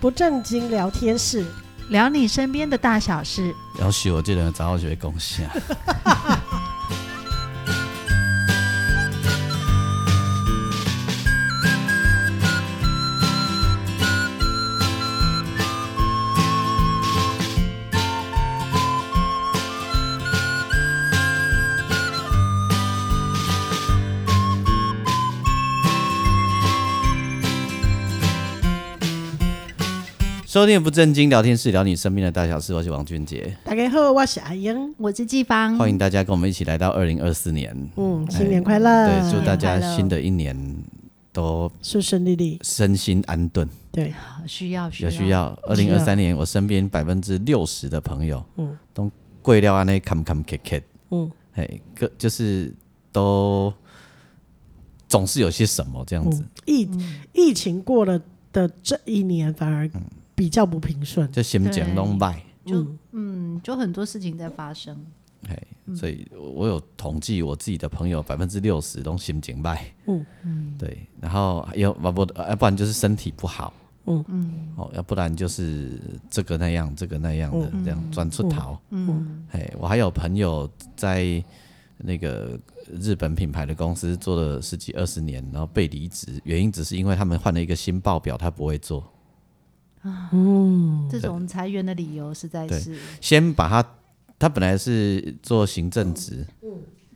不正经聊天室，聊你身边的大小事。要许我这人早就会贡献。收听不正经聊天室，聊你身边的大小事。我是王俊杰，大家好，我是阿英，我是季芳，欢迎大家跟我们一起来到二零二四年。嗯，新年快乐，对，祝新年快大家乐新的一年都顺顺利利，身心安顿。对，需要需有要需要，二需零要二三年我身边百分之六十的朋友，嗯，都啊贵料安内 come come kick kick，嗯，哎，个就是都总是有些什么这样子，疫、疫情过了的这一年，反而比较不平顺，就心情对拢歹，就嗯，就很多事情在发生。哎，所以我有统计我自己的朋友百分之六十都心情歹，嗯嗯，对，然后要不不，要不然就是身体不好。嗯嗯，哦，要不然就是这个那样，这个那样的，这样转出逃。嗯，哎，我还有朋友在那个日本品牌的公司做了十几二十年，然后被离职，原因只是因为他们换了一个新报表，他不会做，这种裁员的理由实在对是先把他，他本来是做行政职，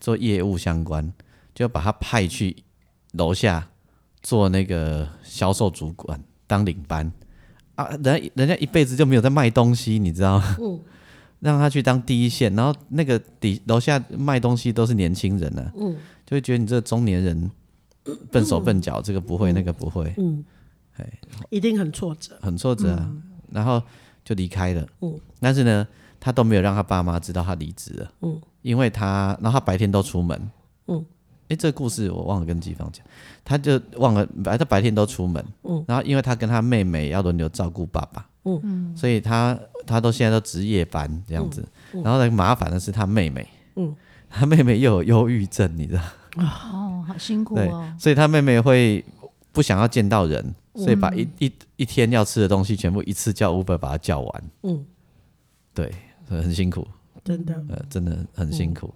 做业务相关，就把他派去楼下做那个销售主管当领班啊，人家人家一辈子就没有在卖东西，你知道吗？让他去当第一线，然后那个底楼下卖东西都是年轻人呢、啊，就会觉得你这中年人笨手笨脚，这个不会那个不会，一定很挫折。很挫折、啊，然后就离开了。嗯，但是呢，他都没有让他爸妈知道他离职了。嗯，因为他，然后他白天都出门。嗯，哎，这个故事我忘了跟季芳讲，他就忘了，白他白天都出门。嗯，然后因为他跟他妹妹要轮流照顾爸爸。嗯，所以他他都现在都值夜班这样子，然后呢，麻烦的是他妹妹。嗯，他妹妹又有忧郁症，你知道。哦，好辛苦对哦，。所以他妹妹会不想要见到人，所以把一、一一天要吃的东西全部一次叫 Uber 把它叫完。嗯，对，呃很辛苦，真的，呃，真的很辛苦。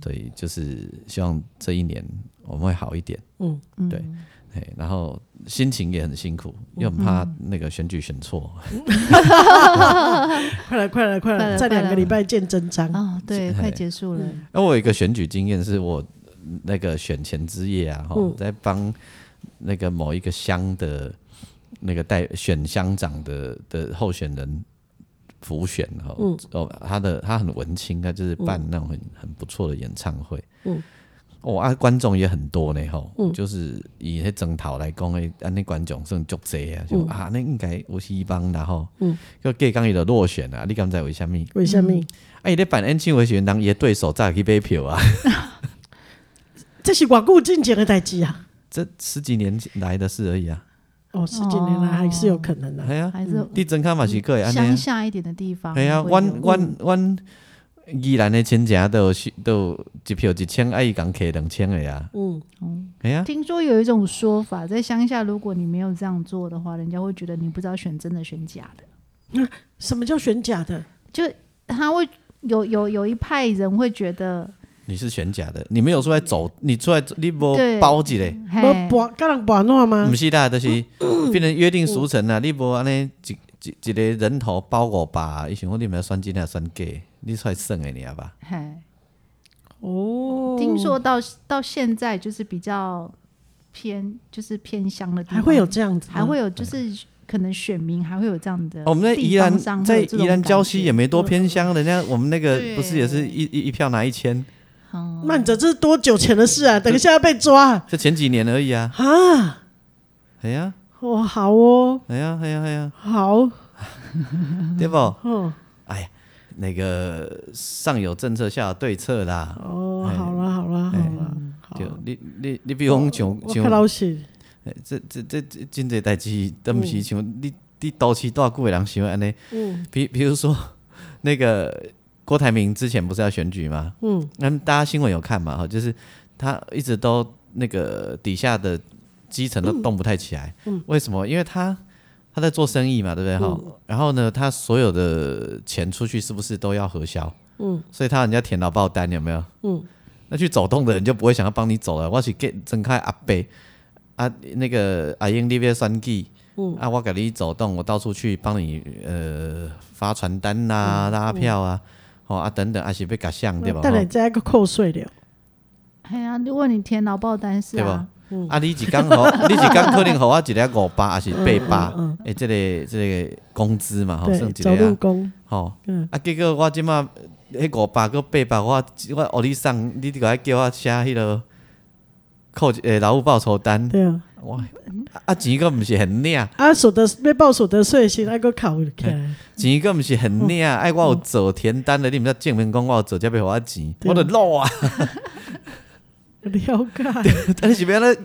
对，就是希望这一年我们会好一点。嗯，对。哎，然后心情也很辛苦，又很怕那个选举选错，快来快来快快来，了在两快个了礼拜见真章。哦，对，对哎快结束了。那我有一个选举经验，是我嗯那个选前之夜啊，哈、在帮那个某一个乡的那个代选乡长的的候选人浮选哈，哦，他的他很文青，他就是办那种很、很不错的演唱会，嗯，哦啊，观众也很多呢，吼、就是以那征讨来讲，诶，啊，那观众算足济啊，就、啊，那应该有希望啦吼，嗯，就隔讲伊就落选啊，你敢知为虾米？为什么？啊，伊咧办演唱会时阵，人伊的对手早就去买票啊。这是我顾进前的代志啊！这十几年前来的事而已啊。哦，十几年来还是有可能的、哎呀，还是地震看嘛是可以安乡尼。下一点的地方哎啊会有，呀，阮阮阮宜兰的亲戚都有去都有一票一千，啊伊共摕两千的啊呀。嗯，哎呀，听说有一种说法，在乡下，如果你没有这样做的话，人家会觉得你不知道选真的选假的。什么叫选假的？就他会有有有一派人会觉得，你是选假的，你没有出来走，你出来你无对包一个，我嘿，博干人博诺吗嗯毋？是 啦，就是变成约定俗成啦。你无安尼一一一个人头包五百，伊想讲你毋要选真啊选假，你出来算的尔吧。嘿，哦，听说到到现在就是比较偏，就是偏乡的地方，还会有这样子吗，还会有就是可能选民还会有这样的地方上会有这种感觉。哦我们在宜兰，在宜兰礁溪也没多偏乡，人家我们那个不是也是一一一票拿一千，慢着，这是多久前的事啊？等一下要被抓就前几年而已啊。啊！哎呀，哦，好哦，哎呀，哎呀，哎呀，好，对不？嗯，哎呀，那个上有政策，下有对策啦。哦，好了，好了，好了，好就，你你你比如讲像我看像到是，哎这这这这真侪代志，都不是像你你都市大久的人想安尼。嗯比比如说 那个郭台铭之前不是要选举吗？嗯，那大家新闻有看嘛？哈，就是他一直都嗯那个底下的基层都动不太起来。为什么？因为他他他在做生意嘛，对不对哈？然后呢，他所有的钱出去是不是都要核销？嗯，所以他人家填劳报单有没有？嗯，那去走动的人就不会想要帮你走了，我是给睁开阿伯啊，那个阿英那边算计。嗯、啊，我给你走动，我到处去帮你呃发传单呐、拉票啊，哦啊等等，啊是被嘎像对吧？但你再个扣税了，哎呀，如果你填劳报单是对啊吧，？啊，你一工吼，你一工可能互我一个五百还是八百，诶，即个即个工资嘛，吼，算对，一走路个啊，工，吼嗯，啊，结果我即马迄五百个八百，我我学你送，你个叫我写迄落扣一个劳务报酬单，对啊。我啊啊钱个毋是很领，啊，所得要报所得税先那个考起哎来，钱个毋是很领，哎，我有做填单的，你毋知证明讲我有做，才要互我钱，对我著漏啊，了解。但是要咧，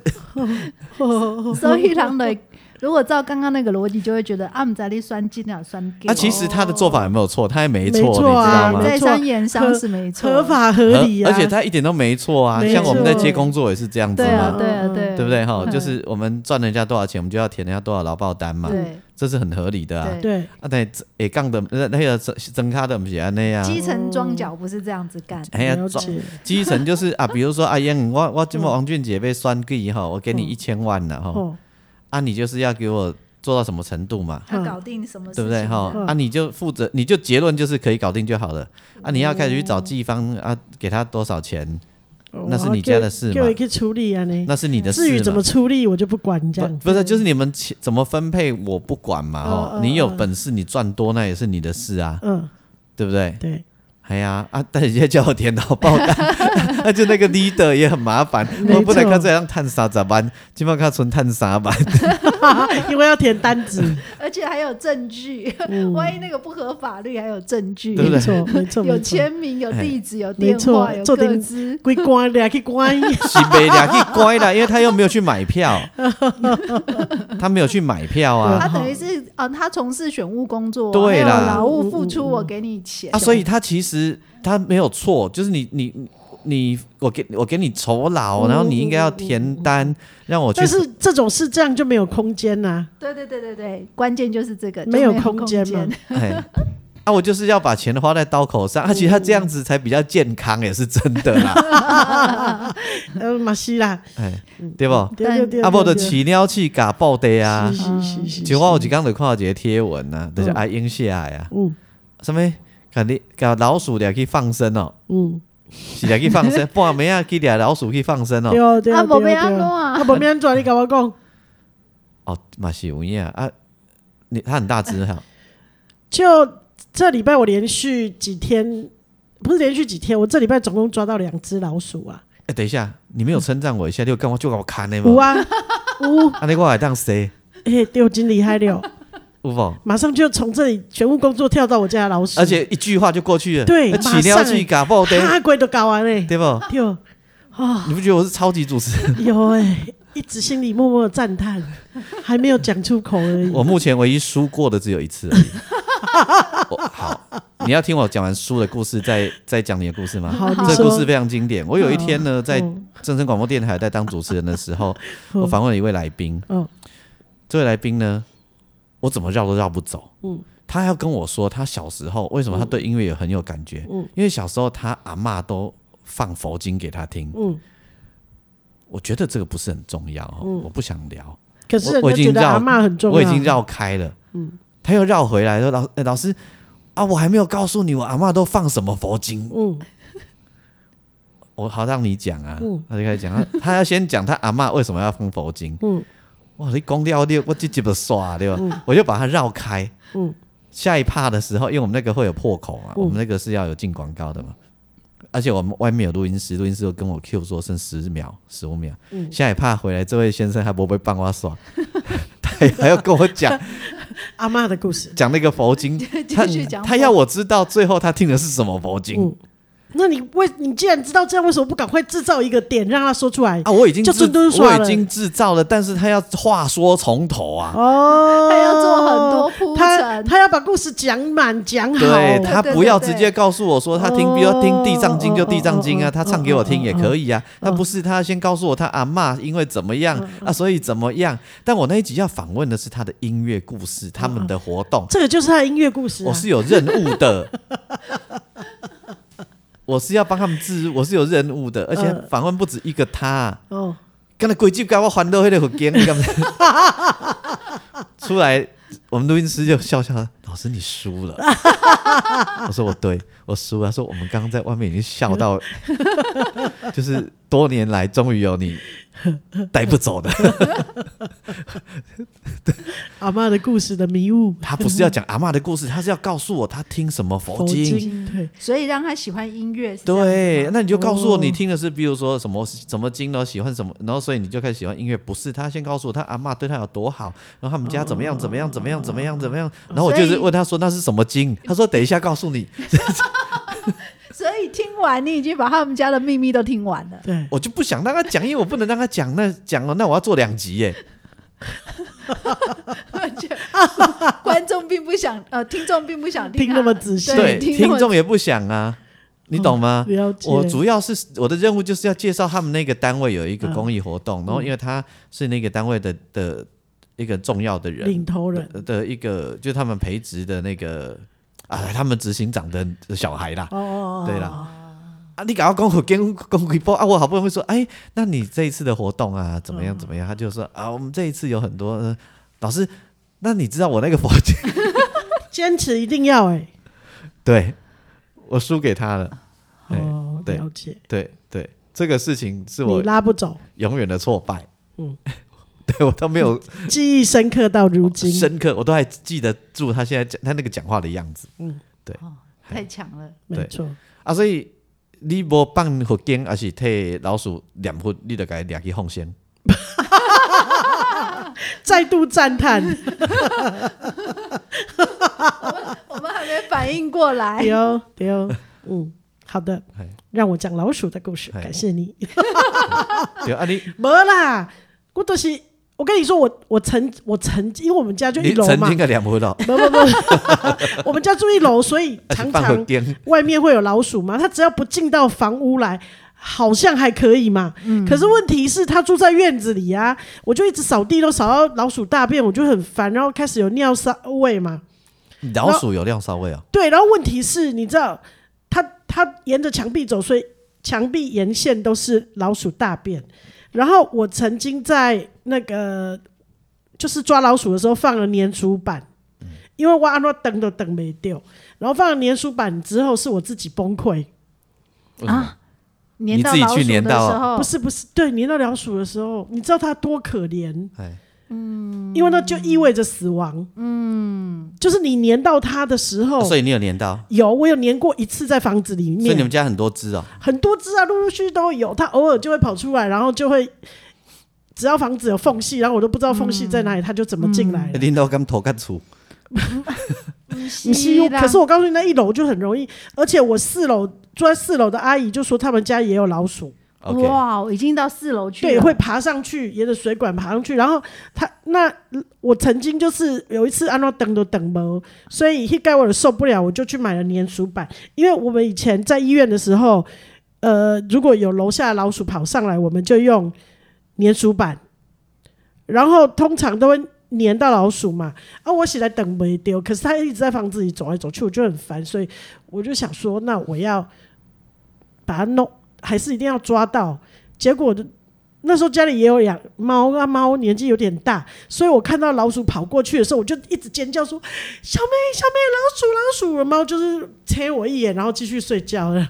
所以人的如果照刚刚那个逻辑，就会觉得啊，唔在你酸金啊酸给。啊，其实他的做法有没有错？他也没错，没你知错啊道对，吗？在商言商是没错，合法合理啊，而且他一点都没错啊，没像我们在错接工作也是这样子对啊，嘛，对啊，对啊，对不对哈？嗯就是我们赚人家多少钱，我们就要填人家多少劳报单嘛，对这是很合理的啊。对。对，啊，但也杠的那那个增增卡的不是安那样啊基，层装脚不是这样子干， 哎呀了，装解，基层就是 啊，比如说阿燕，我我今么王俊杰被酸计哈，我给你嗯一千万了哈，哦，啊，你就是要给我做到什么程度嘛？他搞定什么事对情不对哈？嗯啊，你就负责，你就结论就是可以搞定就好了。啊，你要开始去嗯找季方啊，给他多少钱，哦那是你家的事嘛给我一个处理啊呢。那是你的事嘛。至于怎么处理，我就不管这样不。不是，就是你们钱怎么分配，我不管嘛，哦，嗯嗯你有嗯本事你赚多那也是你的事啊，嗯，对不对？对， 哎呀啊，但人家叫我填到爆单， 那就那个 leader 也很麻烦，没我不能错看这样探三咋办？今晚看纯探三吧， 因为要填单子，而且还有证据， 万一那个不合法律还有证据，对嗯不没对错，没错，有没错。签名、有地址、有没电错话、有做个定资，归关俩去关，是没俩去乖啦，因为他又没有去 买票，他没有去买票他啊。等于是啊，他从事选务工作，啊对还有啦劳嗯务付出，我给你钱啊，所以他其实他没有错，就是你你你，我给我给你酬嗯劳，然后你应该要填单，让我去但是这种事这样就没有空间呐，对对对对对，关键就是这个就没有有空间嘛间， 哎，啊，我就是要把钱花在刀口上，而且他这样子才比较健康，也是真的 啦，呃，马西啦，哎，嗯对不？对对对，啊，无就对饲鸟去咬爆地啊！是是是像是，我有一天就看到一个贴文啊，就是阿英下呀，嗯啊什么甲你甲老鼠掠去放生哦，嗯，是掠去放 生，半暝啊去掠老鼠去放生哦对，哦对啊哦没对要安怎哦，啊啊，无咩安怎？你跟我讲，哦，嘛是有影啊，你他很大 只哈，就这礼拜我连续几天，不是连续几天，我这礼拜总共抓到两只老鼠啊，哎，等一下，你没有称赞我一下，你有跟我就给我砍的有吗？啊有，啊，你我还当谁？嘿，对，真厉害了，有无？马上就从这里全部工作跳到我家的老鼠，而且一句话就过去了，对啊饲鸟哎马上去咬爆地，哈鬼都搞完嘞，对不？对哦。你不觉得我是超级主 持人？有哎、一直心里默默地赞叹，还没有讲出口而已。我目前唯一输过的只有一次 而已。我好，你要听我讲完输的故事，再再讲你的故事吗？好，你这故事说，非常经典。我有一天呢，在嗯正声广播电台在当主持人的时候，我访问了一位来宾。嗯这位来宾呢，我怎么绕都绕不走。嗯他要跟我说，他小时候为什么他对音乐也很有感觉？嗯因为小时候他阿嬷都放佛经给他听。嗯，我觉得这个不是很重要哦，我不想聊。可是人我家已经觉得绕阿嬷很重要，嗯我已经绕开了。他又绕回来说：“老、呃老师啊，我还没有告诉你我阿嬷都放什么佛经，嗯我好让你讲啊。嗯他就开始讲，他他要先讲他阿嬷为什么要放佛经。嗯哇，你光掉掉，我这鸡巴刷对吧？我就把它绕开。嗯下一趴的时候，因为我们那个会有破口嘛，我们那个是要有进广告的嘛。而且我们外面有录音师，录音师又跟我 Q 说剩十秒、十五秒，下一趴回来，这位先生还不会帮我耍， 他还要跟我讲阿嬷的故事，讲那个佛经，继他续讲他要我知道最后他听的是什么佛经。嗯那你为你既然知道这样，为什么不赶快制造一个点让他说出来？啊，我已经就制尊尊我刷已了经制造了，但是他要话说从头啊，哦，他要做很多铺他陈，他要把故事讲满 讲好，对他对不对要对直接告诉我说他听，比如哦听《地藏经》就《地藏经》哦哦啊，哦他唱给我听也可以啊。哦哦嗯他不是他先告诉我他阿嬷因为怎么样啊，所以怎么样。但我那一集要访问的是他的音乐故事，他们的活动，这个就是他的音乐故事、啊。我是有任 务的。我是要帮他们治，我是有任务的，而且嗯访问不止一个他。啊哦，刚才规矩搞我还到那个间，你干嘛？出来，我们录音师就笑笑，老师你输了。我说我对，我输了。他说我们刚刚在外面已经笑到，就是多年来终于有你带不走的。阿妈的故事的迷雾，他不是要讲阿嬷的故事，他是要告诉我他听什么佛佛经。经对，所以让他喜欢音乐。是这样对，那你就告诉我哦你听的是，比如说什么什么经呢，喜欢什么，然后所以你就开始喜欢音乐。不是他先告诉我他阿嬷对他有多好，然后他们家怎么样怎么样怎么样怎么样怎么样，然后我就所是以问他说那是什么经，他说等一下告诉你，所以听完你已经把他们家的秘密都听完 了。对，我就不想让他讲，因为我不能让他讲，那讲了那我要做两集耶，观众并不想，呃，听众并不想听他那么仔细对，听听那么众也不想啊，你懂吗？了解。啊我主要是我的任务就是要介绍他们那个单位有一个公益活动，然后因为他是那个单位的的一个重要的人，领头人的的一个，就是他们培植的那个啊，他们执行长的小孩啦，哦哦，哦对啦。啊，你搞到公口跟公回报啊，我好不容易说，哎，那你这一次的活动啊，怎嗯么样怎么样？他就说啊，我们这一次有很多、呃老师，那你知道我那个佛经？ 坚持一定要哎、对，我输给他了。对哦，对了解，对对，这个事情是你我拉不走，永远的挫败。嗯嗯， 对我都没有记忆深刻到如今。深刻，我都还记得住他现在讲他那个讲话的样子。哦太强了。没错，啊，所以你无放佛经，还是替老鼠念佛，你就该掠去奉献。再度赞叹，我们还没反应过来，丢 丢，嗯，好的嘿，让我讲老鼠的故事，嘿感谢你。对啊，你没啦，我都、是，我跟你说，我我曾我曾，因为我们家就一你楼曾嘛经，个念佛了，不不不， 我们家住一楼，所以 还常是放佛常经？外面会有老鼠嘛，它只要不进到房屋来，好像还可以嘛。可是问题是，它住在院子里啊，我就一直扫地都扫到老鼠大便，我就很烦，然后开始有尿骚味嘛。老鼠有尿骚味哦，对，然后问题是，你知道，它它沿着墙壁走，所以墙壁沿线都是老鼠大便。然后我曾经在那个就是抓老鼠的时候放了粘鼠板，嗯因为我按照等都等没掉，然后放了粘鼠板之后是我自己崩溃，为什么粘到你自老己鼠的去粘时到啊候，不是不是，对，粘到老鼠的时候，你知道它多可怜，哎，因为那就意味着死亡。嗯，就是你粘到它的时候啊，所以你有粘到，有我有粘过一次在房子里所以面你，们家很多只哦。很多只啊，陆陆续续都有，它偶尔就会跑出来，然后就会。只要房子有缝隙，然后我都不知道缝隙在哪里，它就怎么进来了。领导刚头干粗，你吸入，啦可是我告诉你，那一楼就很容易，而且我四楼住在四楼的阿姨就说他们家也有老鼠， OK，哇，我已经到四楼去了，对，会爬上去，沿着水管爬上去。然后他那我曾经就是有一次按照等都等不，所以一盖我受不了，我就去买了粘鼠板，因为我们以前在医院的时候，呃，如果有楼下的老鼠跑上来，我们就用粘鼠板，然后通常都会。粘到老鼠嘛，啊，我起来等没丢，可是它一直在房子里走来走去，我就很烦，所以我就想说，那我要把它弄，还是一定要抓到。结果那时候家里也有养猫啊，猫年纪有点大，所以我看到老鼠跑过去的时候，我就一直尖叫说：“小妹，小妹，老鼠，老鼠！”我猫就是切我一眼，然后继续睡觉了。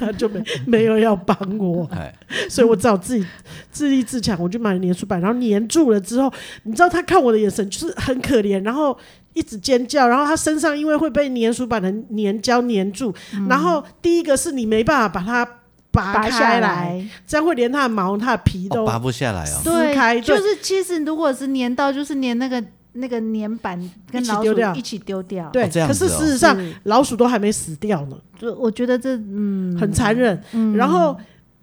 它就没没有要帮我，哎，所以我只好自己自立自强，我就买了粘鼠板，然后粘住了之后，你知道它看我的眼神就是很可怜，然后一直尖叫，然后它身上因为会被粘鼠板的粘胶粘住，然后第一个是你没办法把它拔拔开下来，来。这样会连它的毛、它的皮都哦拔不下来哦。撕开对对，就是其实如果是粘到，就是粘那个那个粘板跟一起老丢掉鼠一起丢掉。对，这样可子是哦事实上、嗯老鼠都还没死掉呢，就我觉得这 嗯很残忍。嗯然后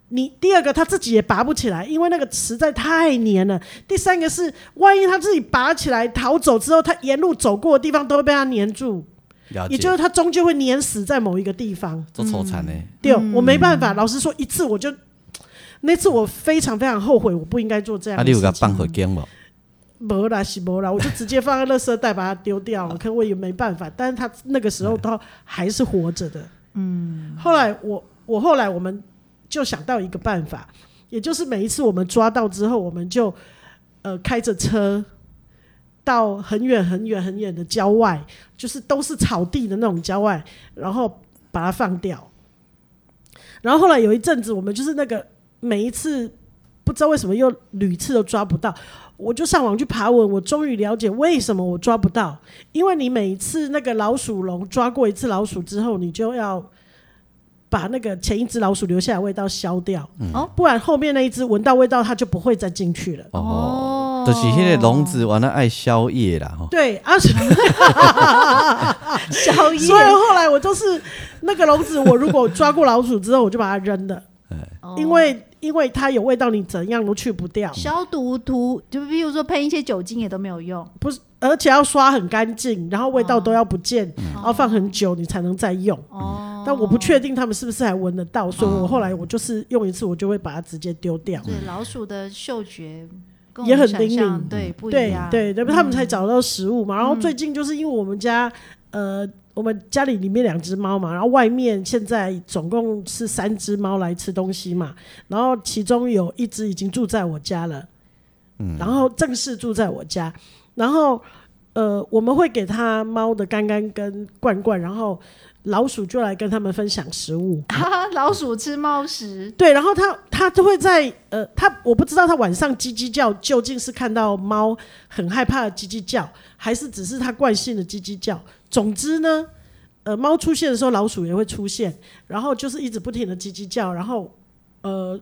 你第二个他自己也拔不起来，因为那个实在太黏了。第三个是，万一他自己拔起来逃走之后，他沿路走过的地方都会被它黏住，了也解，就是他终究会黏死在某一个地嗯方。做抽惨呢，对，我没办法，老实说，一次我就。那次我非常非常后悔，我不应该做这样啊，的你有事个情。放火间无？没啦，是没啦，我就直接放在垃圾袋把它丢掉。可我也没办法，但是他那个时候他还是活着的。嗯，后来我我后来我们就想到一个办法，也就是每一次我们抓到之后，我们就呃开着车到很远很远很远的郊外，就是都是草地的那种郊外，然后把它放掉。然后后来有一阵子，我们就是那个每一次不知道为什么又屡次都抓不到，我就上网去爬文，我终于了解为什么我抓不到，因为你每一次那个老鼠笼抓过一次老鼠之后，你就要把那个前一只老鼠留下来的味道消掉，哦不然后面那一只闻到味道它就不会再进去了。哦，就是迄个笼子完了爱宵夜啦，哦吼，对啊，所以宵夜所以后来我就是那个笼子，我如果抓过老鼠之后，我就把它扔了， 哦因为因为它有味道，你怎样都去不掉。消毒涂，就比如说喷一些酒精也都没有用。不是，而且要刷很干净，然后味道都要不见，然后放很久你才能再用。哦，但我不确定他们是不是还闻得到，所以我后来我就是用一次，我就会把它直接丢掉。嗯对老鼠的嗅觉跟我们也很想灵敏象对不一对样。嗯对，对，他们才找到食物嘛。然后最近就是因为我们家，呃，我们家里里面两只猫嘛，然后外面现在总共是三只猫来吃东西嘛，然后其中有一只已经住在我家了，然后正式住在我家，然后呃，我们会给它猫的干干跟罐罐，然后老鼠就来跟他们分享食物。哈哈， 老鼠吃猫食，对，然后他他都会在呃，他我不知道他晚上叽叽叫究竟是看到猫很害怕的叽叽叫，还是只是他惯性的叽叽叫。总之呢，呃，猫出现的时候，老鼠也会出现，然后就是一直不停的叽叽叫，然后呃，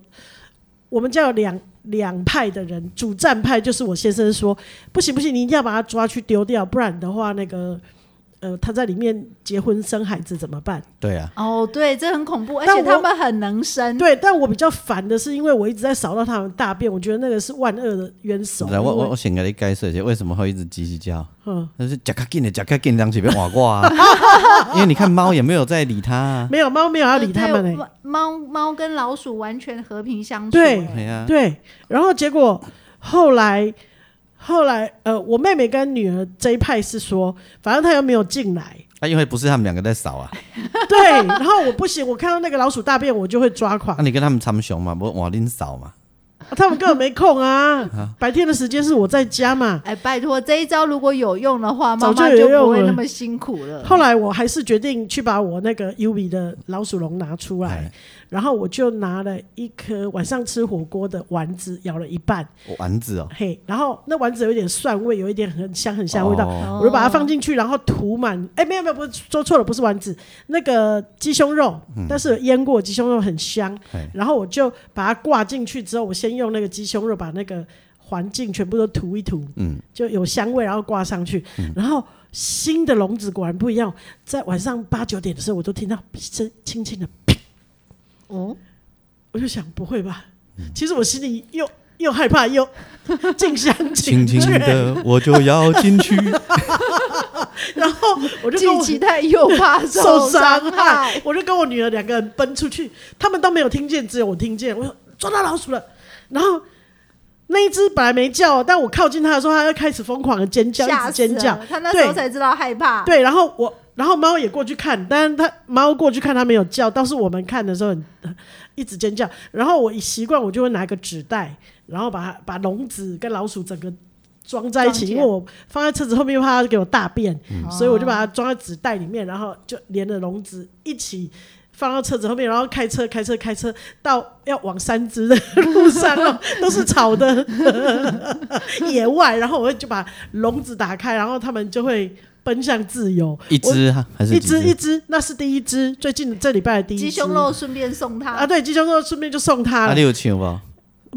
我们家有两两派的人，主战派就是我先生说，不行不行，你一定要把它抓去丢掉，不然的话那个。呃，他在里面结婚生孩子怎么办？对啊，哦，对，这很恐怖，而但且我他们很能生。对，但我比较烦的是，因为我一直在扫到他们的大便，我觉得那个是万恶的冤手。来，我因为我我先给你解释一下，为什么会一直叽叽叫？嗯，那是夹较紧的，夹较紧，让起别瓦挂啊。 因为你看猫也没有在理它啊。没有猫没有要理他们欸对呢、猫猫跟老鼠完全和平相处。对哎哎呀，对，然后结果后来后来呃，我妹妹跟女儿这一派是说，反正她又没有进来，啊，因为不是他们两个在扫啊，对，然后我不行，我看到那个老鼠大便我就会抓狂那、，啊你跟他们参熊嘛，不往恁扫嘛。他们根本没空啊，白天的时间是我在家嘛。哎，拜托，这一招如果有用的话，早妈妈就有就用不会了那么辛苦嗯了。后来我还是决定去把我那个 U B 的老鼠笼拿出来哎，然后我就拿了一颗晚上吃火锅的丸子，咬了一半，丸子哦，嘿，然后那丸子有一点蒜味，有一点很香很香的味道， 哦我就把它放进去，然后涂满，哎，没有没有，不是说错了，不是丸子，那个鸡胸肉，嗯但是有腌过鸡胸肉很香，哎然后我就把它挂进去之后，我先用那个鸡胸肉把那个环境全部都涂一涂，嗯，就有香味，然后挂上去，然后新的笼子果然不一样，在晚上八九点的时候，我都听到声轻轻的，哦，我就想不会吧？嗯其实我心里又又害怕又 近乡轻情轻怯，的我就要进 去。然后我就跟既我期待又怕 受伤伤害，。我就跟我女儿两个人奔出去，他们都没有听见，只有我听见。我说抓到老鼠了，然后那一只本来没叫，但我靠近它的时候，它就开始疯狂的尖叫，一吓直死尖叫了！。他那时候对才知道害怕。对，然后我，然后猫也过去看，但是它猫过去看它没有叫，倒是我们看的时候很一直尖叫。然后我一习惯，我就会拿个纸袋，然后把它把笼子跟老鼠整个装在一起，装起因来为我放在车子后面，怕它给我大便，嗯哦，所以我就把它装在纸袋里面，然后就连着笼子一起。放到车子后面，然后开车、开车、开车到要往三只的路上 哦，都是草的 野外。然后我就把笼子打开，然后他们就会奔向自由。一只哈还是一几只一只，那是第一只，最近这礼拜的第一只鸡胸肉顺便送啊，他。对，鸡胸肉顺便就送他啊，了你。有抢不？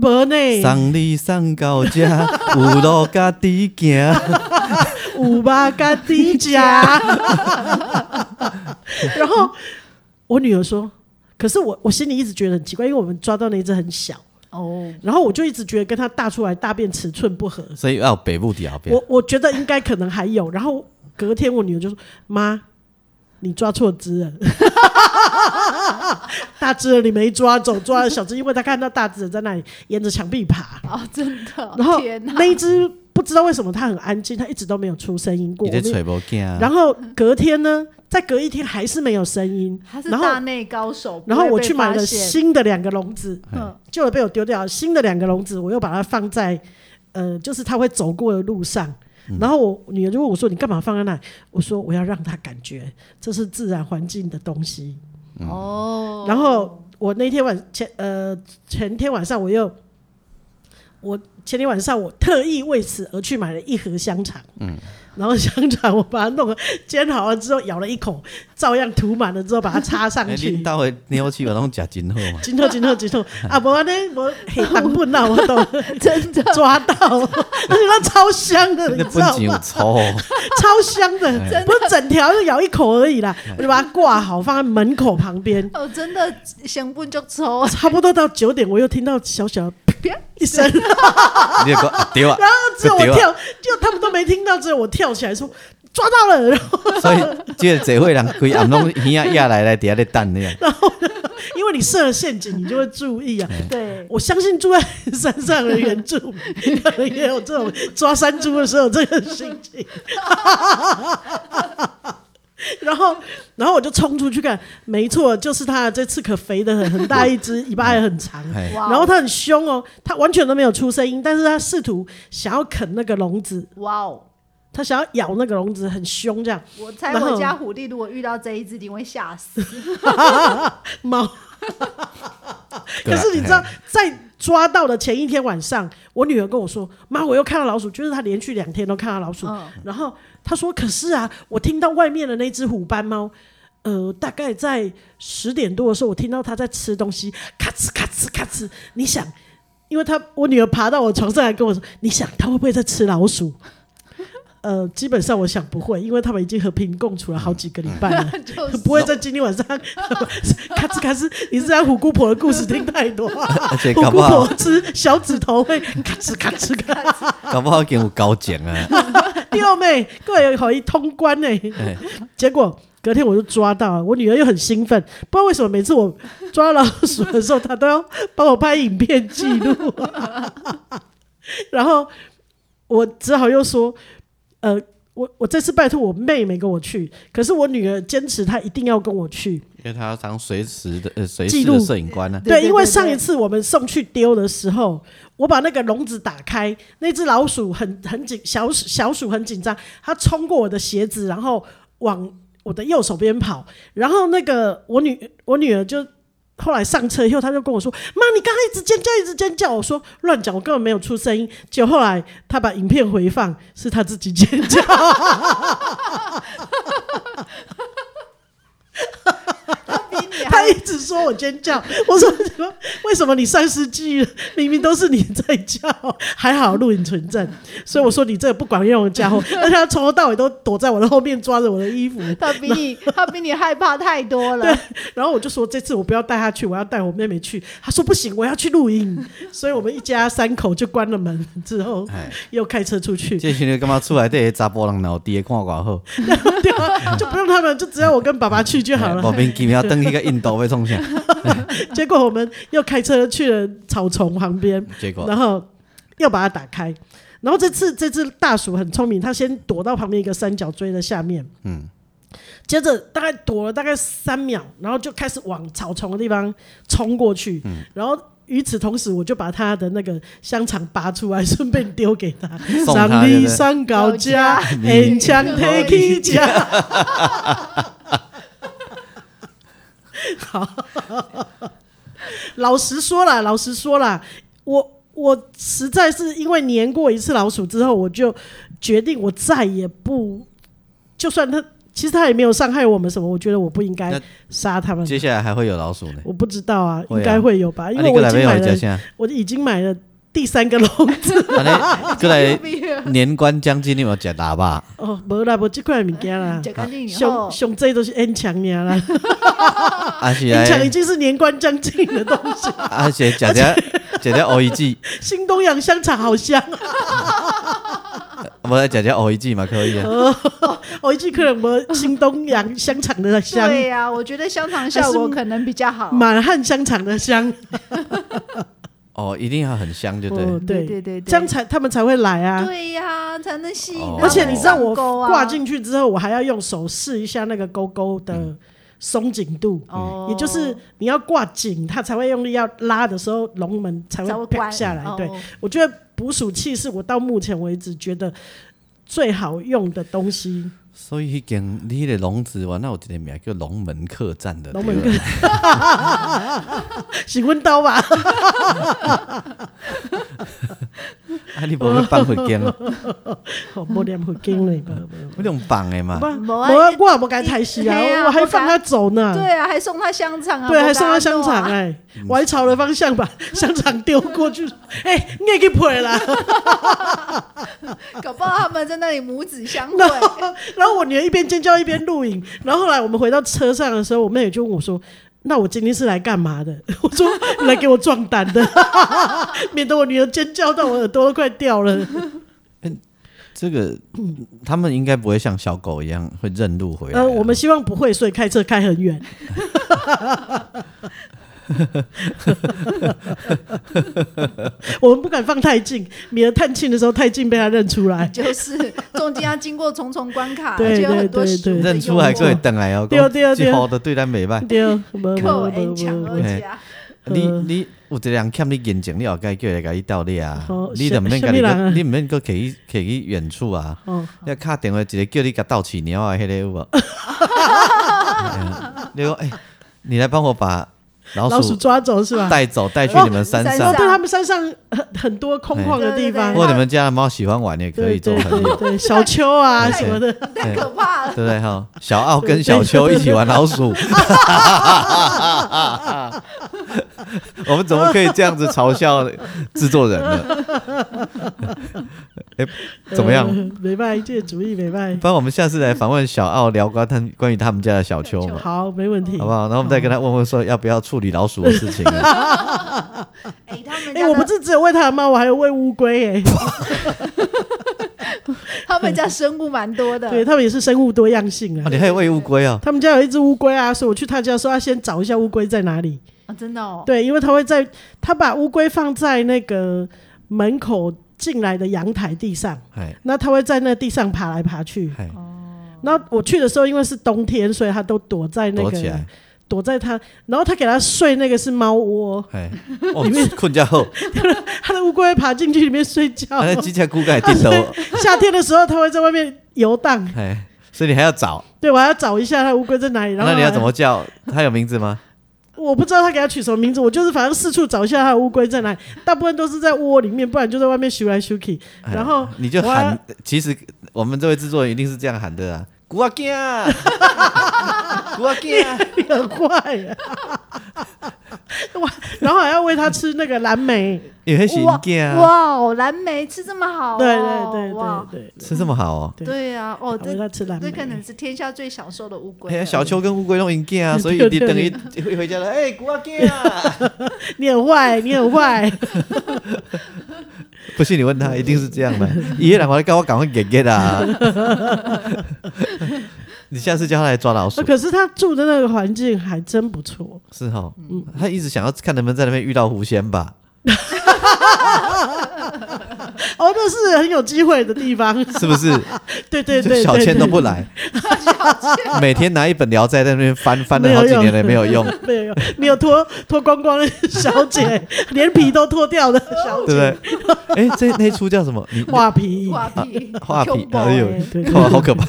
无呢，送你送 到遮，有路家己行。五八咖喱加。然后我女儿说，可是我我心里一直觉得很奇怪，因为我们抓到那一只很小，哦，然后我就一直觉得跟它大出来大便尺寸不合，所以要有北部底后边我，我觉得应该可能还有。然后隔天我女儿就说：“妈，你抓错只了， 大只了你没抓走，抓了小只，因为她看到大只了在那里沿着墙壁爬。哦，真的，然后天哪，那一只不知道为什么它很安静，它一直都没有出声音过。你在我们吹波镜啊。然后隔天呢，再隔一天还是没有声音他。是然后大内高手，然后不会我被去买发了现新的两个笼子，嗯旧的被我丢掉，新的两个笼子我又把它放在呃，就是它会走过的路上。然后我女儿就问我说：“你干嘛放在那里？”我说：“我要让她感觉这是自然环境的东西。哦，然后我那天晚前呃前天晚上我又我前天晚上我特意为此而去买了一盒香肠，嗯然后香肠我把它弄了煎好了之后咬了一口，照样涂满了之后把它插上哎，去。恁兜的鸟鼠有拢食真好嘛？真好，真好，真 好！啊，无安尼，无黑糖粉啊，我都 真的抓到， 而且它超香的， 你那知本道钱有吗？粗哦，超香哎的，不是整条就咬一口而已啦，我就把它挂好，放在门口旁边。哦，真的想不就抽， 差不多到九点，我又听到小小 的啪一 声，然你就讲啊 对后啊，只有我就对跳，就他们都没听到，只有我跳起来说抓到了，然后所以这这伙人规暗拢耳仔压来来底下咧 等你啊。因为你设了陷阱，你就会注意 啊。对，我相信住在山上的原住民，可能也有这种抓山猪的时候有这个心情。 然后，然后我就冲出去看，没错，就是它。这次可肥的很，很大一只，尾巴也很长。 哎，哇哦，然后它很凶哦，它完全都没有出声音，但是它试图想要啃那个笼子，哇哦，它想要咬那个笼子，很凶这样。我猜然后我家虎弟如果遇到这一只，一定会 吓死，猫。对可啦是你知道，在抓到的前一天晚上，我女儿跟我说：“妈，我又看到老鼠。”就是她连续两天都看到老鼠。嗯然后她说：“可是啊，我听到外面的那只虎斑猫，呃，大概在十点多的时候，我听到它在吃东西，咔哧咔哧咔哧。你想，因为她我女儿爬到我床上来跟我说：‘你想它会不会在吃老鼠？’” 呃，基本上我想不会，因为他们已经和平共处了好几个礼拜了。 就是嗯不会在今天晚上 咔哧咔哧，你是在虎姑婆的故事听太多、啊，而且虎哎搞姑不好婆吃小指头会咔哧咔哧咔哧，搞不好已经有交情啊。六妹，各位好一通关欸呢、哎结果隔天我就抓到了，我女儿又很兴奋，不知道为什么每次我抓老鼠的时候，她都要帮我拍影片记录、啊然后我只好又说，呃，我我这次拜托我妹妹跟我去，可是我女儿坚持她一定要跟我去。因为他要当随时的呃随记时录的摄影官呢、对，因为对上一次我们送去丢的时候，我把那个笼子打开，那只老鼠很很紧，小鼠小鼠很紧张，它冲过我的鞋子，然后往我的右手边跑，然后那个我女我女儿就。后来上车以后，她就跟我说：“妈，你刚才一直尖叫，一直尖叫。”我说：“乱讲，我根本没有出声音。”结果后来她把影片回放，是她自己尖叫。他比你还他一直说我尖叫，我说什么？为什么你三十记了，明明都是你在叫？还好录影存证，所以我说你这个不管用的家伙，而且他从头到尾都躲在我的后面，抓着我的衣服。他 比你他比你害怕太多了，然后我就说这次我不要带他去，我要带我妹妹去。他说不行，我要去露营。所以我们一家三口就关了门，之后哎，又开车出去，这时候干嘛出来？这查甫人脑底看偌好，对啊，就不用他们，就只要我跟爸爸去 就好了哎。莫名其妙登去个印度要 创啥？结果我们又开车去了草丛旁边，结果然后又把它打开。然后这次这只大鼠很聪明，它先躲到旁边一个三角锥的下面，嗯，接着大概躲了大概三秒，然后就开始往草丛的地方冲过去，嗯然后。与此同时，我就把它的那个香肠拔出来，顺便丢给他。送他对不对上高家，你很强 take 去家。 好，老实说啦，老实说啦，我我实在是因为年过一次老鼠之后，我就决定我再也不，就算它其实他也没有伤害我们什么，我觉得我不应该那杀他们。接下来还会有老鼠呢，我不知道啊，会啊应该会有吧，因为过我已来没经有买一家了，现我已经买了第三个笼子 在，啊你过来年关将近，你有没有吃喇叭？哦，没啦， 无这块物件啦，解干净以熊后，熊这都是 N 强年啦啊是，N 强已来经是年关将近的东 西。啊是 吃点吃点芋记，新东阳香肠好香啊！我来吃点芋记嘛可以啊。我哦一去可能没新东阳香肠的香，对啊呀、我觉得香肠效果可能比较好。满汉香肠的香，哦，一定要很香，对不对？哦对对，对对对，这样才他们才会来啊。对呀、才能吸引他哦们而且你知道我上钩啊挂进去之后，我还要用手试一下那个钩钩嗯的松紧度，哦，也就是你要挂紧，它才会用力要拉的时候，龙门才才会会啪关下来。对哦我觉得捕鼠器是我到目前为止觉得最好用的东西。所以迄间你迄个笼子，原来有一个名叫龙门客栈的，龙门 对吧喜问刀吧，啊，你无去放回 间哦，哦，没念会经嘞，不不用放的嘛。不，没我啊我也不该抬戏嘿啊，啊我还不敢放他走呢。对啊，还送他香肠啊，嗯对，我还送给他香弄啊肠哎、我还朝了方向 把香肠丢过去，哎、你也可以赔啦。 啊搞不好他们在那里母子相会然。 后，然后我女儿一边尖叫一边录影。然后后来我们回到车上的时候，我妹也就问我说：“那我今天是来干嘛的？” 我说：“来给我壮胆的， 免得我女儿尖叫到我耳朵都快掉了。这个他们应该不会像小狗一样会认路”回来啊。呃，我们希望不会，所以开车开很 远。我们不敢放太近，免得探亲的时候太近被他认出来。就是中间要经过重重关卡，对就有很多对对食物的认诱出来惑可以等来哦， 对啊对啊对啊好的对咱袂歹。对，哦无无扣无 N 无强无而无，且啊呃你你有一个人欠你眼睛，你后该叫伊甲你斗理啊好。你什就毋什免甲么你人啊个，你毋免搁摕去摕去远处啊。哦，你敲电话一个叫你甲倒饲猫啊，迄个 有无？哎呀你讲哎，你来帮我把老老鼠鼠抓走是吧？带走，带去你们山哦山上上。对他们山上很很多空旷的地方如，果你们家的猫喜欢玩，也可对以做对朋对友，对，小秋啊什么的，太可怕了。对不对哈？小奥跟小秋一起玩 老鼠，我们怎么可以这样子嘲笑制作人呢？ 哎， 怎么样？呃？ 没办法，这个主意没办法。不然我们下次来访问小奥，聊关他关于他们家的小秋嘛，好，没问题 好。不好？然后我们再跟哦他问问说要不要处理老鼠的事情啊。 哎，他们哎，家我不的是只有喂它的猫，我还有喂乌龟哎，他们家生物蛮多的，对他们也是生物多样性哦啊。你还有喂乌龟哦？他们家有一只乌龟啊，所以我去他家说要先找一下乌龟在哪里。啊，真的哦。对，因为他会在他把乌龟放在那个门口进来的阳台地上，哎那它会在那地上爬来爬去。哎，然后我去的时候，因为是冬天，所以它都躲在那躲个起来，躲在它，然后它给它睡那个是猫窝， 哎，哦，困觉后，它的乌龟会爬进去里面睡 觉。他在机甲骨盖低头， 夏天的时候，它会在外面游荡。哎，所以你还要找。对，我还要找一下它的乌龟在哪里。然后那你要怎？么叫？它有名字吗？我不知道它给它取什么名字，我就是反正四处找一下它的乌龟在哪里。大部分都是在窝里面，不然就在外面修来修去。哎然后你就我喊，其实我们这位制作人一定是这样喊的啊，古阿健， 古阿啊健，你很坏呀、哇！然后还要喂它吃那个蓝莓。有些行健啊，哇哦，蓝莓吃这么好哦，对对对哇，对吃这么好哦。对对啊，哦，对，还这喂它吃蓝莓。这可能是天下最享受的乌龟哎呀，了。小秋跟乌龟弄赢健啊，所以啊对你对等于回回家了。哎，古阿健啊，你很坏，你很坏。不信你问他，一定是这 样的。爷爷奶奶叫我赶快给给啊。你下次叫他来抓老鼠呃可是他住的那个环境还真不错，是哈，嗯他一直想要看能不能在那边遇到狐仙吧。哦，那是很有机会的地方。是不是？对 对就对，小对倩对都不 来，每天拿一本《聊斋》在那边翻翻没了有好几用年了，没有 用，没有没有脱脱光光的小姐，连皮都脱掉的小对不姐，对？哎，这那一出叫什么？你画皮，画皮，画皮 Q，boy 哎呦啊对对，对哇，好 可怕！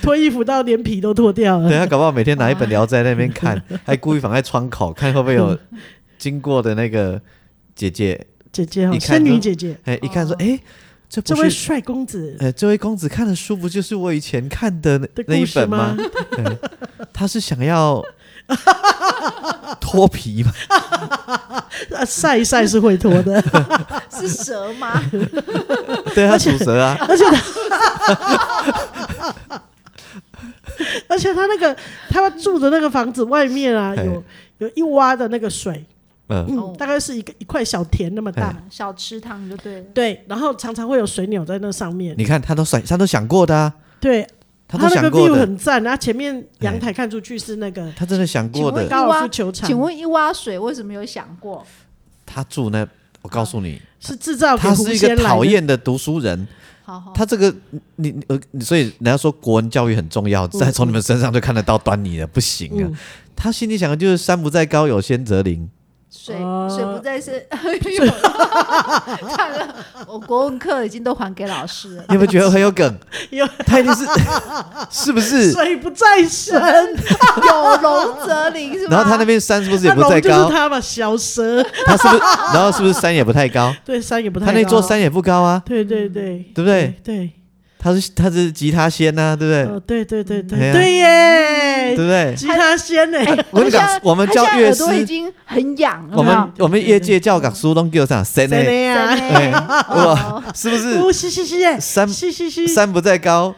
脱衣服到连皮都脱掉等了。下搞不好每天拿一本《聊斋》在那边看，还故意放在窗口看会不 会有经过的那个姐姐，姐姐哈，你看仙女呢姐姐，哎，一看说，哎，这哦这不位是帅公子呃，这位公子看的书不就是我以前看的那的那故一事本 吗？？哎他是想要脱皮吗？ 啊晒一晒是会脱的，是蛇吗？对他属蛇 啊，而且他，而且他那个他住的那个房子外面啊，嘿有有一洼的那个水，嗯，嗯哦，大概是一个一块小田那么大，小池塘就对了。对，然后常常会有水鸟在那上面，你看他都想，他都想过的啊，对，他它都那想个过 view 的，很赞，然后前面阳台看出去是那个他真的想过请问的。高尔夫球场，请问一挖水为什么有想过？他住那，我告诉你，是制造啊给他狐是一仙个来哦讨的？厌的读书人。好好，他这个，你你呃，所以人家说国文教育很重嗯要，再从你们身上就看得到端倪了，不行啊。他心里想的就是山不在高，有仙则灵。水哦水不在身，有了。看了我国文课已经都还给老师啊了。你有没有觉得很有梗？有他一定是是不是？水不在深，有龙则灵是吗？然后他那边山是不是也那不龙在就是高？他嘛，小蛇，他是不是？然后是不是山也不太高？对，山也不太他那座高，山也不高啊，对对对，对不对？对，他是他是吉他仙呐、啊，对不对？哦，对对对对哎呀对对哎耶，不对？吉他仙呢？我跟你他讲现，在我们教他现在乐耳师朵，已经很痒了，有我没们有我们业界教港书都叫上神呢真，的哎呀，真的哇，是不是？哦，是是是耶，山是是是，嗯山不在高，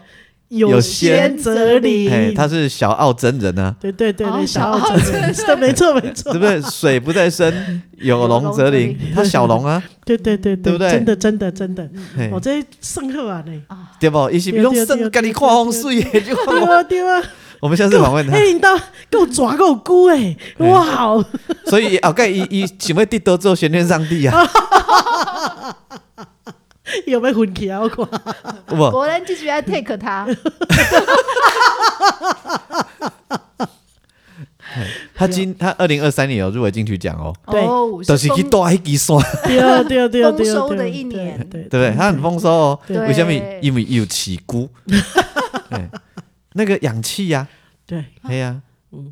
有有仙仙则哎，灵，他是小奥真人啊，对对对 对，哦小小奥真是的，没错没错对，不对？水不在深，有龙则灵有龙，他小龙啊，对对对对不哎对真的真的真的，嘿我这圣贺啊呢，哦对不？一起对用对对肾跟你对看风水耶，就对啊对啊，我们下次访问他哎，，你到够抓够菇哎，哎哇哦，所以后盖伊伊想要得到做玄天上帝啊，有没有混起啊？我看 有无？果然继续来 take 他，他今他二零二三年有入围金曲奖哦，对哦，都是去丰带迄支山，对啊对啊对啊对啊，丰收的对啊一年对啊对不对？他很丰收哦，对为什么对？因为他有起 菇，哎那个氧气呀，对，哎呀，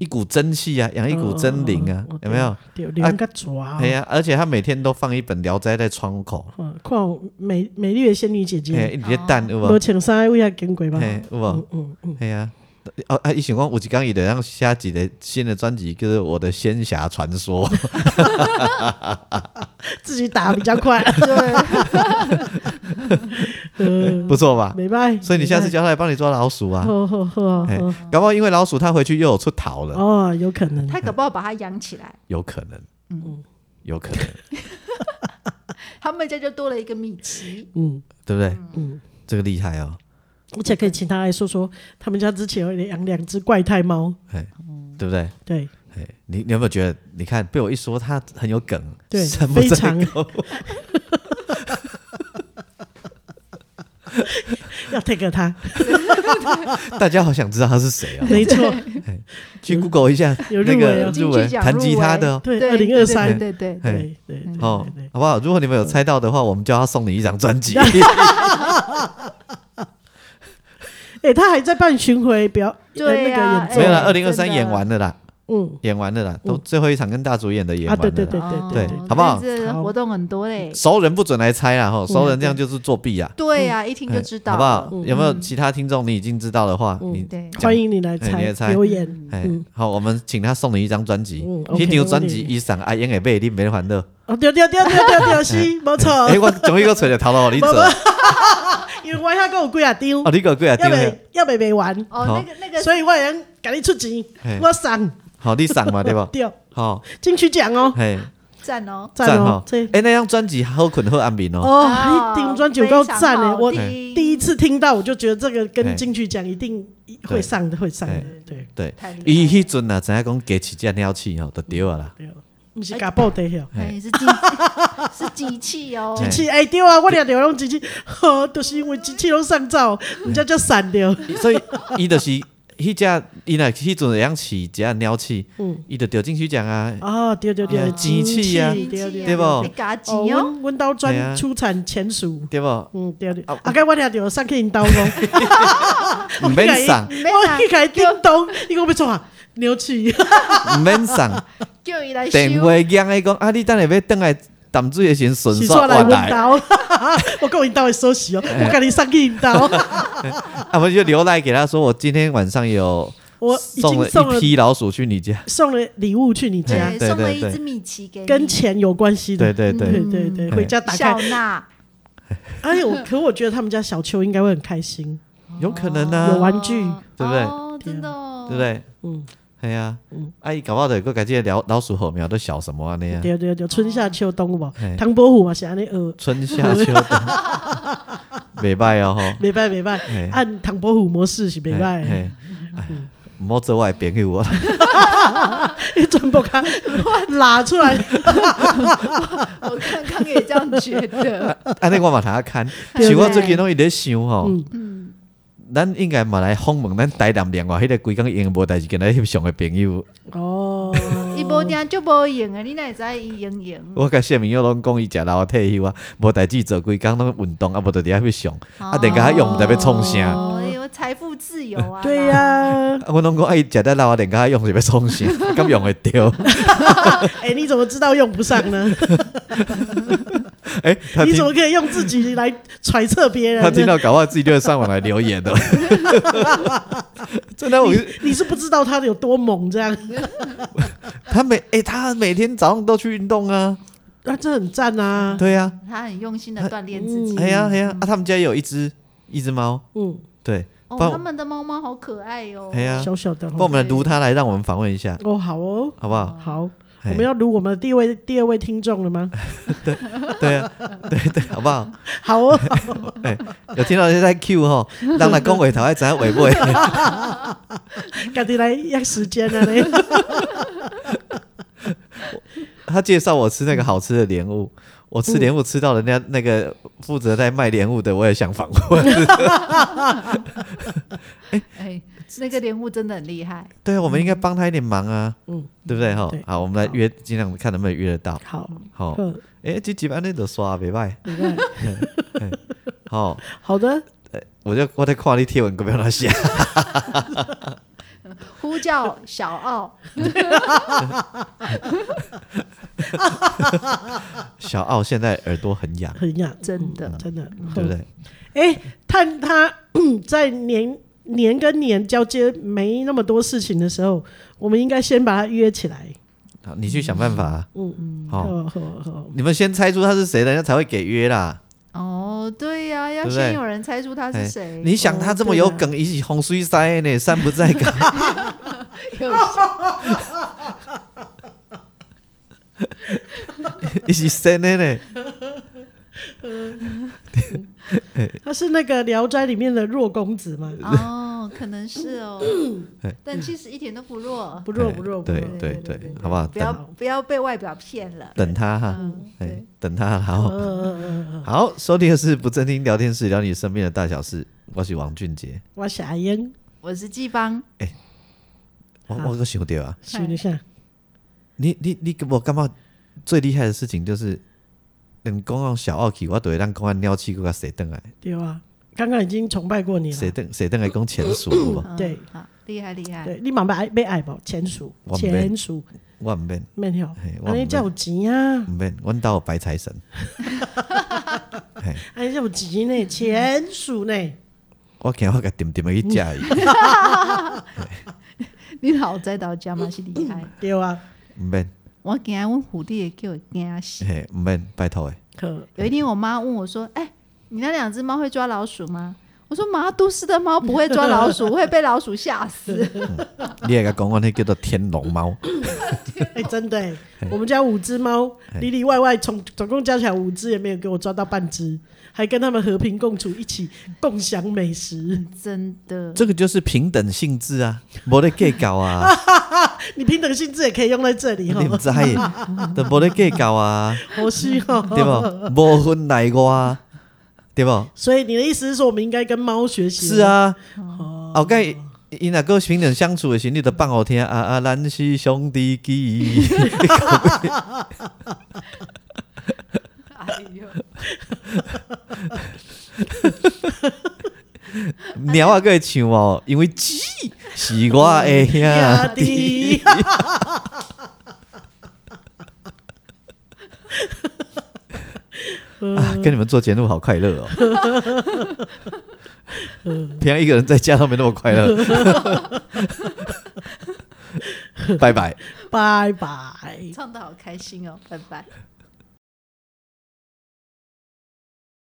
一股真气啊，养一股真灵啊啊嗯哦哦哦，有没有？对，两个抓哎，呀，而且他每天都放一本《聊斋》在窗口，嗯，看我美美丽的仙女姐哎，姐，一直在等有无无？穿衫为遐经过吧？哎，有无？嗯嗯嗯，哎呀。哦啊！一想讲，有一天伊得让下集的新的专辑，就是我的仙侠传说。自己打比较 快，对， 呃， 不错吧？没办法，所以你下次叫他来帮你抓老鼠啊。好好好哎好，搞不好因为老鼠它回去又有出逃了，哦，有可能，他搞不好把它养起来，有可能，嗯有可能，他们家就多了一个米奇，嗯对不对？嗯，这个厉害哦，而且可以请他来说说，他们家之前有养两只怪胎猫，哎，对不对？对哎，你你有没有觉得？你看被我一说，他很有梗，对山不在非常高要 take 他，大家好想知道他是谁 啊？没错，去 Google 一下有那入围个哦入金围曲奖弹吉他的哦对，对二零二三，对对对嗯对，哎对对哦对，好不好？如果你们有猜到的话，我们叫他送你一张 专辑。哎，他还在办巡回表，对呃那呀个演哎没有奏，啦，二零二三真的演完了啦，嗯，演完了啦，都嗯最后一场跟大主演的演啊，完了对啦。对对对哦对对对，好不好这好活动很多嘞，熟人不准来猜啦，吼，熟人这样就是作弊啊。嗯对呀，一听就知道，好不好？嗯有没有其他听众你已经知道的话，嗯你对，欢迎你来哎你猜来猜留言，哎嗯，好，我们请他送你一张专辑嗯，一 OK，张没专问辑题一啊赏阿英的贝，你没烦恼。 哦，对对对对对 对，是，没错哎，，我终于个找着头路，你走无无哦，因为我遐够有几啊张，你个过来要丢袂要袂袂完，哦，好那个那个所以我会甲你出钱嘿，我送，好，你赏嘛 对吧？对，好，金曲奖哦，嘿，赞哦，赞哦吼，这哎，那张专辑好困好安眠哦，哦，一顶专辑有够赞非常诶，好我哎第一次听到我就觉得这个哎跟金曲奖一定会上的，会上的哎，对对太厉害，伊迄阵啊，知影讲加起只鸟气吼，就对啊啦。对，毋是假报的哟。哎哎，是机是机器哦，机器哎对啊，我俩聊拢机器， 呵，都是因为机器拢上照，人家叫散掉。所以伊就是 迄只，伊若迄阵会样饲只鸟气，嗯伊就得金曲奖啊，哦，对对对哎，机器啊机器对对对不你嘎机哦，哦，阮阮兜哎专呀出产前属。对不？嗯，对对，啊啊，该我听着上去因兜讲， 毋免送，没啦我，去开叮咚，伊讲要创啊，牛气，毋免送。哎叫伊来修电，话讲伊讲啊，你等下要等来淡水的先顺洗续出来换问来，刀，我跟我引导会收洗哦，哎我跟你上去引导，哦 啊，我就留赖给他说，我今天晚上有我已送经了送一了批老鼠去你家，送了礼物去你家，对对送了一对只米奇给你，跟钱有关系对的。对对，对对对，嗯回家打开笑，纳，而且我可我觉得他们家小秋应该会很开心，有可能有啊，玩具哦对不对哦，真的哦，对不？对？嗯，哎呀，阿姨搞不好的个感觉老老鼠火苗都小什么啊那样，对对对，春夏秋冬嘛嘿，唐伯虎嘛是安尼呃，春夏秋 冬，袂歹哦吼。没办没办，嘿按唐伯虎模式是没办的，嘿，嗯唔好做我的朋友啊！ 一转不开， 拉出来，我刚刚也这样觉 得， 安尼我嘛通看，对像我最近拢一直在想吼嗯，咱应该嘛来访问咱台南另外迄个规工因无代志，跟咱翕相的朋友，哦，伊无定就无用的，你哪会知伊用嗯用？我甲谢明耀拢讲伊食老退休啊，无代志做规工拢运动啊，无就伫遐翕相，啊，等下用毋知要创啥，啊哦，有财富自由啊！对呀，我拢讲啊伊食得老啊，等下用是要 创啥，咁用会着？ 哎，你怎么知道用不上呢？诶， 他你听怎么可以用自己来揣测别人啊他听呢？到搞不好自己就会上网来留 言的，真的我。你你是不知道他有多猛这样，他每哎、他每天早上都去运动啊，啊，这很赞啊！对呀、他很用心的锻炼自己。哎呀哎呀，啊，他们家也有一只一只猫，嗯，对，哦，帮他们的猫猫好可爱哦。哎呀、小小的哦帮我们来读它来，让我们访问一下，哦，好哦，好不好？好，我哎们要读我们的第一位第二位听众了吗？对啊，对 对，好不好？哎好哦， 有听到现在 Q 吼，让他讲回头，还知影尾尾，赶紧来压时间了嘞。 他介绍我吃那个好吃的莲雾。我吃莲雾吃到人家那个负责在卖莲雾的，我也想访问。 哎，那个莲雾真的很厉害，对，我们应该帮他一点忙啊，嗯，对不对哈对？好，我们来约，尽量看能不能约得到。好，好，呵哎，这几班那都刷袂歹。你看，好，好 的，我就我在看你贴文，可不要乱写。呼叫小奥， 小奥现在耳朵很痒，很痒，真的真的， 呵对不？对？哎，看他 在年年跟年交接没那么多事情的时候，我们应该先把他约起来。好，你去想办法、啊。嗯嗯，好、哦，好好，你们先猜出他是谁，人家才会给约啦。哦，对呀、要对不对先有人猜出他是谁。你想他这么有梗，一起红水塞呢，山不在 梗。哎一起塞呢呢，他是那个《聊斋》里面的弱公子吗？ 哎哦，可能是哦，但其实一点都不弱，不弱不弱，不对弱对对，好不好？不要啊等不要被外表骗了。等他哈，嗯哎、等他然后、呃，好，收听的是不正经聊天室，聊你身边的大小事。我是王俊杰，我是阿英，我是季芳，我好我个想到啊，想一下，你你你，我感觉最厉害的事情就是，能讲到小奥去，我都会让公安尿气过他谁等来，对啊，刚刚已经崇拜过你谁了，等谁等来讲前属有无嗯对，好厉害厉害，对，你嘛被爱被爱吧，前属我不前属，我毋免免跳嘿，我安尼不才有钱啊毋，免，阮兜有白财神，嘿，安尼才有钱 呢，前属呢，我惊我甲点点去食伊，你老在到家嘛是厉害。对啊，毋免，我惊阮虎弟会叫我惊死。嘿，毋免，拜托诶，可有一天，我妈问我说：“哎、你那两只猫会抓老鼠吗？”我说：“妈，都市的猫不会抓 老鼠，会被老鼠吓死。你会甲讲，阮迄叫做天龙猫，哎，真的欸，我们家五只猫里里外外，总总共加起来五只，也没有给我抓到半只，还跟他们和平共处，一起共享美食，”真的，这个就是平等性质啊，无咧计较啊，你平等性质也可以用在这里你哈，毋知诶，都无咧计较啊，好哦需 要。对无？无分内外啊，对无？所以你的意思是说，我们应该跟猫学习？是，啊，后盖因若个平等相处的时候，你就放好听啊啊，咱是兄弟 基，哎呦，鸟啊会唱哦，因为鸡是我的亚 兄弟迪。啊，跟你们做节目好快乐哦。平常一个人在家都没那么快乐。拜拜。拜拜。唱的好开心哦，拜拜。